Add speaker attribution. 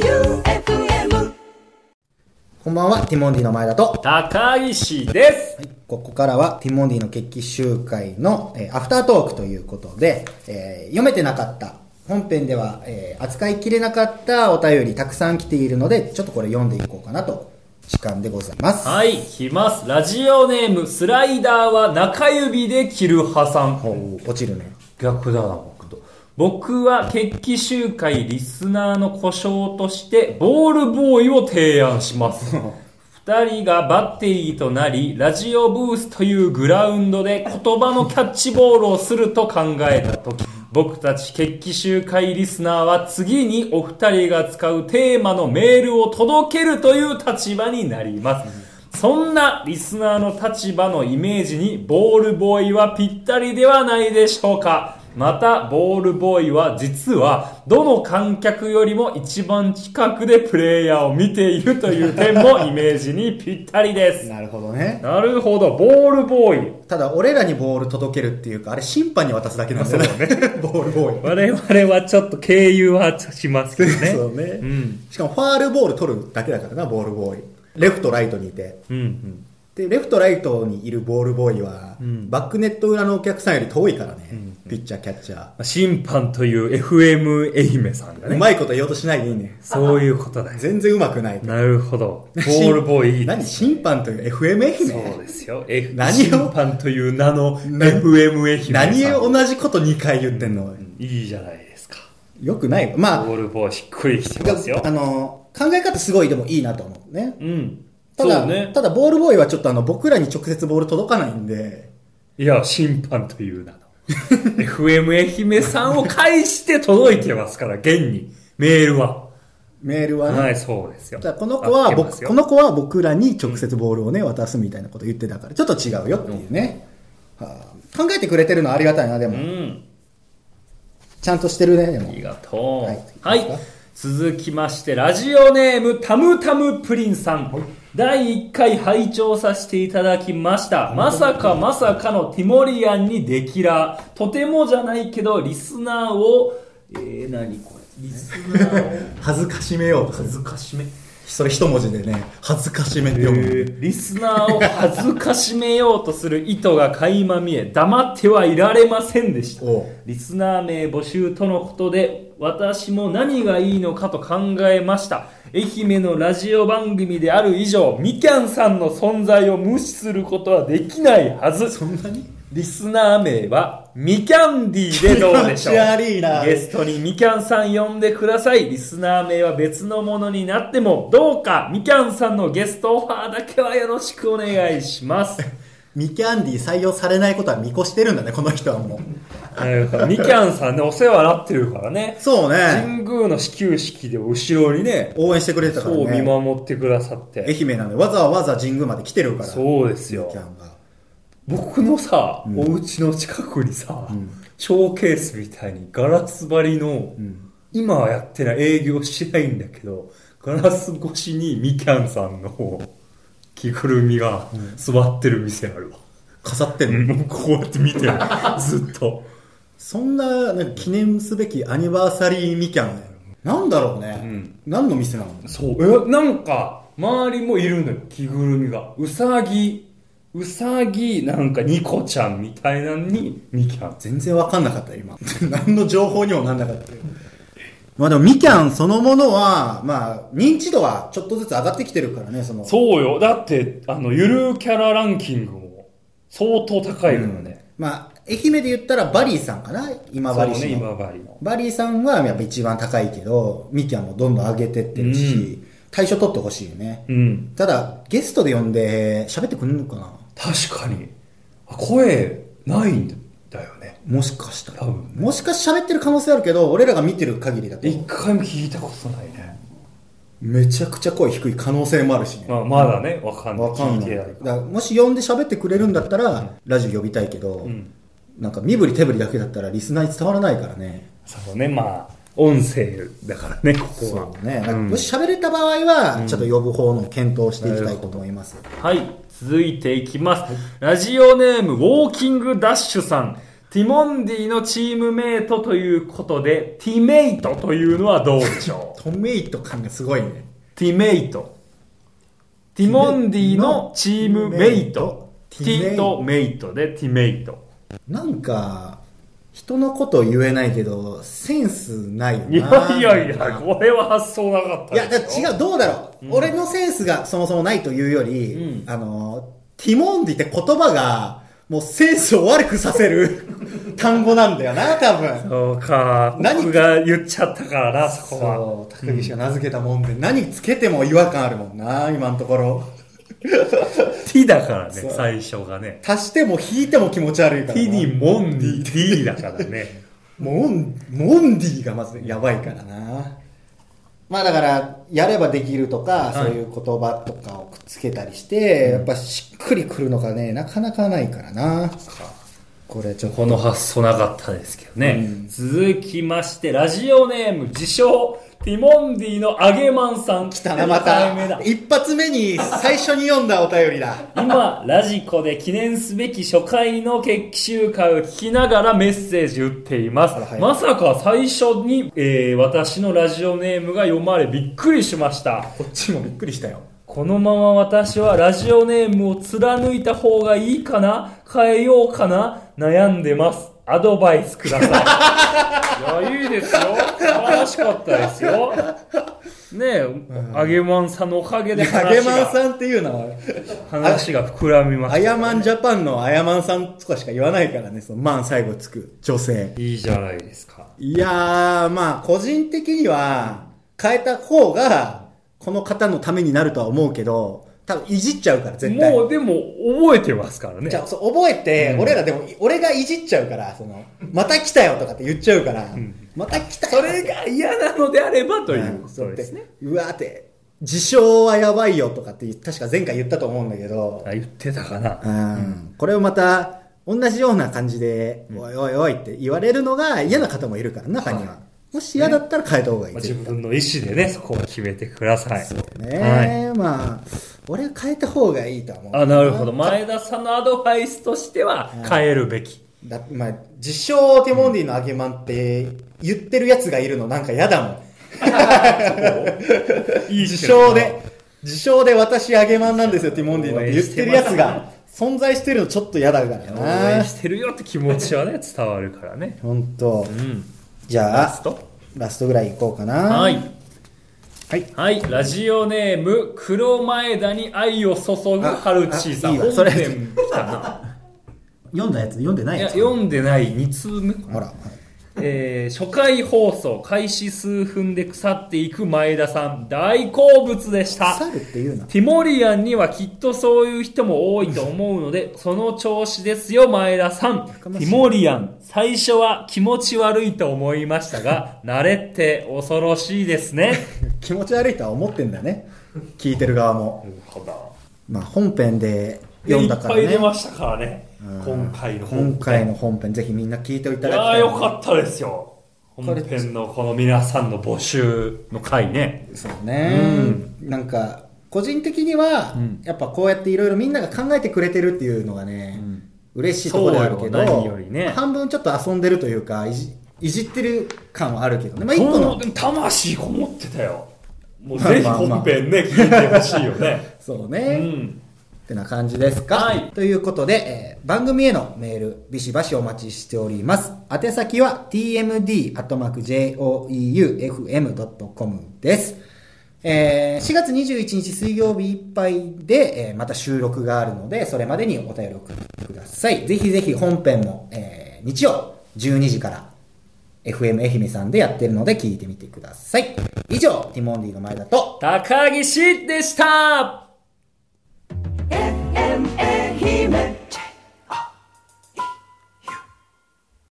Speaker 1: J-O-E-U-F-M
Speaker 2: こんばんは、ティモンディの前田と、
Speaker 3: 高石です
Speaker 2: はい、ここからはティモンディの決起集会の、えーアフタートークということで、えー読めてなかった、本編では、えー扱いきれなかったお便りたくさん来ているので、ちょっとこれ読んでいこうかなと、時間でございます。
Speaker 3: はい、来ます。ラジオネーム、スライダーは中指で切る破
Speaker 2: ほ
Speaker 3: 産。
Speaker 2: う落ちるね。
Speaker 3: 逆だな、僕と。僕は決起集会リスナーの故障として、ボールボーイを提案します。二人がバッテリーとなり、ラジオブースというグラウンドで言葉のキャッチボールをすると考えたとき、僕たち決起集会リスナーは次にお二人が使うテーマのメールを届けるという立場になります。そんなリスナーの立場のイメージにボールボーイはぴったりではないでしょうか。また、ボールボーイは実は、どの観客よりも一番近くでプレイヤーを見ているという点もイメージにぴったりです。
Speaker 2: なるほどね。
Speaker 3: なるほど、ボールボーイ。
Speaker 2: ただ、俺らにボール届けるっていうか、あれ審判に渡すだけなんだよね。 ボールボーイ。
Speaker 3: 我々はちょっと経由はしますけどね。
Speaker 2: そうね、
Speaker 3: ん
Speaker 2: しかもファールボール取るだけだからな、ボールボーイ。レフト、ライトにいて。
Speaker 3: うんうん。
Speaker 2: でレフトライトにいるボールボーイは、
Speaker 3: ん
Speaker 2: バックネット裏のお客さんより遠いからね、ピッチャーキャッチャー、
Speaker 3: 審判という FM 愛媛さんが
Speaker 2: う
Speaker 3: ね。
Speaker 2: まいこと言おうとしないでいいね
Speaker 3: そういうことだよ。
Speaker 2: 全然うまくない
Speaker 3: なるほ ど。ボールボーイいい
Speaker 2: 何
Speaker 3: ね。
Speaker 2: 審判という FM 愛
Speaker 3: そう
Speaker 2: 媛
Speaker 3: ですよ。F、
Speaker 2: 何を
Speaker 3: 審判という名の
Speaker 2: な
Speaker 3: FM 愛媛さん。
Speaker 2: 何を同じこと2回言ってんの、
Speaker 3: いいじゃないですか。
Speaker 2: よくないまあ
Speaker 3: ボールボーイしっくりきてますよ
Speaker 2: あ。の考え方すごいでもいいなと思うね
Speaker 3: うん。
Speaker 2: ただ
Speaker 3: そうね
Speaker 2: た。だボールボーイはちょっとあの僕らに直接ボール届かないんで
Speaker 3: いや、審判とい う名の。FM 愛媛さんを介して届いてますから、現に。メールは。
Speaker 2: メールはね、
Speaker 3: はい、そうですよ。
Speaker 2: ただこの子は
Speaker 3: 合ってます
Speaker 2: 僕、
Speaker 3: よ
Speaker 2: この子は僕らに直接ボールをね、渡すみたいなこと言ってたから、ちょっと違うよっていうね。はあ考えてくれてるのはありがたいな、で
Speaker 3: う
Speaker 2: も。
Speaker 3: ん。
Speaker 2: ちゃんとしてるね、で
Speaker 3: あ
Speaker 2: も。
Speaker 3: りがとう。
Speaker 2: は
Speaker 3: はいい。続きまして、ラジオネーム、タムタムプリンさん。第1回拝聴させていただきました。まさかまさかのティモリアンにデキラー。とてもじゃないけど、リスナーを、えー、何これ。リスナーを
Speaker 2: 恥ずかしめようとする
Speaker 3: 恥ず かしめ。
Speaker 2: それ一文字でね、恥ずかしめって読む。
Speaker 3: リスナーを恥ずかしめようとする意図が垣間見え、黙ってはいられませんでした。
Speaker 2: おう
Speaker 3: リスナー名募集とのことで、私も何がいいのかと考えました。愛媛のラジオ番組である以上、みきゃんさんの存在を無視することはできないはず。
Speaker 2: そんなに
Speaker 3: リスナー名は、みきゃんディでどうでしょ
Speaker 2: 気持
Speaker 3: う
Speaker 2: ち悪いな
Speaker 3: ゲストにみきゃんさん呼んでください。リスナー名は別のものになっても、どうかみきゃんさんのゲストオファーだけはよろしくお願いし ます。
Speaker 2: ミキャンディ採用されないことは見越してるんだね、この人はも
Speaker 3: みきゃんさんね、お世話になってるからね
Speaker 2: う。。そうね。
Speaker 3: 神宮の始球式で後ろにね、
Speaker 2: 応援してくれてたから
Speaker 3: そう見
Speaker 2: ね。
Speaker 3: 守ってくださって。
Speaker 2: 愛媛なんで、わざわざ神宮まで来てるから。
Speaker 3: そうですよ
Speaker 2: ミキ。ャンが。
Speaker 3: 僕のさ、
Speaker 2: ん
Speaker 3: お家の近くにさ、ショーケースみたいにガラス張りの、
Speaker 2: ん
Speaker 3: 今はやってない営業してないんだけど、ガラス越しにみきゃんさんの着ぐるみが座ってる店あるわ。
Speaker 2: 飾ってんの、
Speaker 3: もうこうやって見てる。ずっと。
Speaker 2: そんな、なんか記念すべきアニバーサリーみきゃんなんだろうね。
Speaker 3: ん
Speaker 2: 何の店なの
Speaker 3: そう。え、なんか、周りもいるのよ、着ぐるみが。うさぎ、うさぎ、なんかニコちゃんみたいなのに、みきゃん。
Speaker 2: 全然わかんなかったよ今。 何の情報にもなんなかったよまあでも、みきゃんそのものは、まあ、認知度はちょっとずつ上がってきてるからね、その。
Speaker 3: そうよ。だって、あの、ゆるキャラランキングも、相当高いのよね。
Speaker 2: まあ、愛媛で言ったらバリーさんかな今治
Speaker 3: そう
Speaker 2: 市
Speaker 3: ね、
Speaker 2: の。
Speaker 3: 今治の。
Speaker 2: バリーさんはやっぱ一番高いけど、みきゃんもどんどん上げてってるし、
Speaker 3: う
Speaker 2: 対象取ってほしいよね。
Speaker 3: うん。
Speaker 2: ただ、ゲストで呼んで喋ってくんのかな
Speaker 3: 確かに。あ声、ないんだよね。
Speaker 2: もしかしたら。
Speaker 3: 多分ね
Speaker 2: もしかしたら喋ってる可能性あるけど、俺らが見てる限りだと、
Speaker 3: 一回も聞いたことないね。
Speaker 2: めちゃくちゃ声低い可能性もあるしね。
Speaker 3: まあ、まだね、わかんない。
Speaker 2: わかん
Speaker 3: 聞い
Speaker 2: ないだ
Speaker 3: てな
Speaker 2: か
Speaker 3: いから
Speaker 2: らもし呼んで喋ってくれるんだったら、ラジオ呼びたいけど、
Speaker 3: ん
Speaker 2: なんか身振り手振りだけだったらリスナーに伝わらないからね
Speaker 3: そうね、まあ、音声だからね、ここは。
Speaker 2: そうね、だから
Speaker 3: うん
Speaker 2: もし喋れた場合は、ちょっと呼ぶ方の検討していきたいと思います
Speaker 3: はい、続いていきます。ラジオネーム、ウォーキングダッシュさん。ティモンディのチームメイトということで、ティメイトというのはどうでしょう
Speaker 2: トメイト感がすごいね。
Speaker 3: ティメイト。ティモンディのチームメイト。テ
Speaker 2: ティメイト
Speaker 3: ィとメイトでティメイト。
Speaker 2: なんか、人のこと言えないけど、センスないよな。
Speaker 3: いやいやい
Speaker 2: なん
Speaker 3: や、
Speaker 2: か
Speaker 3: これは発想なかった
Speaker 2: いや、だ
Speaker 3: で
Speaker 2: か
Speaker 3: しょ
Speaker 2: ら違う、どうだろう、俺のセンスがそもそもないというより、
Speaker 3: うん
Speaker 2: あの、ティモンディって言葉が、もうセンスを悪くさせ る単語なんだよな、多分。
Speaker 3: そうか。
Speaker 2: 何
Speaker 3: 僕が言っちゃったからな、そこは。
Speaker 2: そう、高岸が名付けたもんで、何つけても違和感あるもんな、今のところ。
Speaker 3: ティだから
Speaker 2: そ
Speaker 3: ね、
Speaker 2: う
Speaker 3: 最初がね。
Speaker 2: 足しても引いても気持ち悪いか
Speaker 3: テ
Speaker 2: らな。
Speaker 3: ィにモンディ、ティだからね。
Speaker 2: モン、モンディがまずやばいからな。まあだから、やればできるとか、そういう言葉とかをくっつけたりして、やっぱしっくりくるのがね、なかなかないからな。これちょっと。
Speaker 3: この発想なかったですけどね。
Speaker 2: うん
Speaker 3: 続きまして、ラジオネーム、自称、ティモンディのアゲマンさん。
Speaker 2: 来たな、また
Speaker 3: 二回目だ。
Speaker 2: 一発目に最初に読んだお便りだ。
Speaker 3: 今、ラジコで記念すべき初回の決起集会を聞きながらメッセージ打っています。
Speaker 2: あらはい
Speaker 3: まさか最初に、えー私のラジオネームが読まれびっくりしました。
Speaker 2: こっちもびっくりしたよ。
Speaker 3: このまま私はラジオネームを貫いた方がいいかな変えようかな悩んでます。アドバイスくださ い。いや、いいですよ。素晴らしかったですよ。ねえ、アゲマンさんのおかげで話が
Speaker 2: 影マンさんっていうのは、
Speaker 3: 話が膨らみま
Speaker 2: ア
Speaker 3: し
Speaker 2: ヤマンジャパンのアヤマンさんとかしか言わないからね、そのマン最後つく女性。
Speaker 3: た。いいじゃないですか。
Speaker 2: いやー、まあ、個人的には、変えた方が、この方のためになるとは思うけど、多分いじっちゃうから、絶対。
Speaker 3: もうでも覚えてますからね
Speaker 2: じ。ゃあ、そう覚えて、俺らでも、俺がいじっちゃうから、その、また来たよとかって言っちゃうから、また来たよ
Speaker 3: それが嫌なのであればとい
Speaker 2: ん
Speaker 3: うことですね。。
Speaker 2: うわーって、自称はやばいよとかって、確か前回言ったと思うんだけど、
Speaker 3: あ言ってたかな。
Speaker 2: うん、これをまた、同じような感じで、おいおいおいって言われるのが嫌な方もいるから、中には。もし嫌だったら変えた方がいい。
Speaker 3: まあ自分の意思でね、そこを決めてください。そう
Speaker 2: ねえ、まあ、俺は変えた方がいいとは思う。
Speaker 3: あ、なるほど。前田さんのアドバイスとしては
Speaker 2: うん、
Speaker 3: 変えるべき。
Speaker 2: だまあ、自称ティモンディの揚げまんって言ってるやつがいるのなんか嫌だもん。
Speaker 3: いい
Speaker 2: 自称で、自称で私揚げまんなんですよ、ティモンディのって言ってるやつが存在してるのちょっと嫌だから
Speaker 3: 応援
Speaker 2: な。
Speaker 3: してるよって気持ちはね、伝わるからね。
Speaker 2: ほんと
Speaker 3: う。ん。
Speaker 2: じゃあ、
Speaker 3: ラスト
Speaker 2: ラストぐらいいこうかな。
Speaker 3: はい。
Speaker 2: はい。
Speaker 3: はい。ラジオネーム、黒前田に愛を注ぐ春チーさ
Speaker 2: あ
Speaker 3: ん。
Speaker 2: いいわ
Speaker 3: 本
Speaker 2: それ
Speaker 3: 編来たな。
Speaker 2: 読んだやつ、読んでないい
Speaker 3: や、
Speaker 2: やつ。
Speaker 3: 読んでない2通目かな
Speaker 2: ほら。
Speaker 3: えー初回放送開始数分で腐っていく前田さん大好物でした
Speaker 2: 腐るって言うな。
Speaker 3: ティモリアンにはきっとそういう人も多いと思うので、その調子ですよ、前田さん。テ
Speaker 2: かましい
Speaker 3: ィモリアン、最初は気持ち悪いと思いました が、慣れって恐ろしいですね。
Speaker 2: 気持ち悪いとは思ってんだね。聞いてる側も。
Speaker 3: なるほど。
Speaker 2: まあ、本編で読んだからね。
Speaker 3: いっぱい出ましたからね。
Speaker 2: うん
Speaker 3: 今回の本編。
Speaker 2: 今回の本編ぜひみんな聞いてい
Speaker 3: い
Speaker 2: ただき
Speaker 3: や
Speaker 2: た
Speaker 3: ー
Speaker 2: い
Speaker 3: よかったですよ。
Speaker 2: れ
Speaker 3: 本編のこの皆さんの募集の回ね。
Speaker 2: そうね、なんか個人的には、
Speaker 3: うん
Speaker 2: やっぱこうやっていろいろみんなが考えてくれてるっていうのがね、
Speaker 3: うん
Speaker 2: 嬉しいところではあるけ
Speaker 3: そう
Speaker 2: ど
Speaker 3: よ何よりね
Speaker 2: 半分ちょっと遊んでるというかいじいじってる感はあるけどねまあ一個
Speaker 3: その
Speaker 2: の
Speaker 3: 魂こもってたよ。もう
Speaker 2: まあ
Speaker 3: ぜひ
Speaker 2: まあまあ
Speaker 3: 本編ね、聞いてほしいよね。
Speaker 2: そう
Speaker 3: う
Speaker 2: ね、っ
Speaker 3: ん。
Speaker 2: てな感じですか、
Speaker 3: はい
Speaker 2: ということで、えー番組へのメールビシバシお待ちしております宛先は tmd.joeufm.com ですえー4月21日水曜日いっぱいで、えーまた収録があるので、それまでにお便りを送ってください。ぜひぜひ本編も、えー日曜12時から FM 愛媛さんでやってるので聞いてみてください。以上、ティモンディの前田と、
Speaker 3: 高岸でした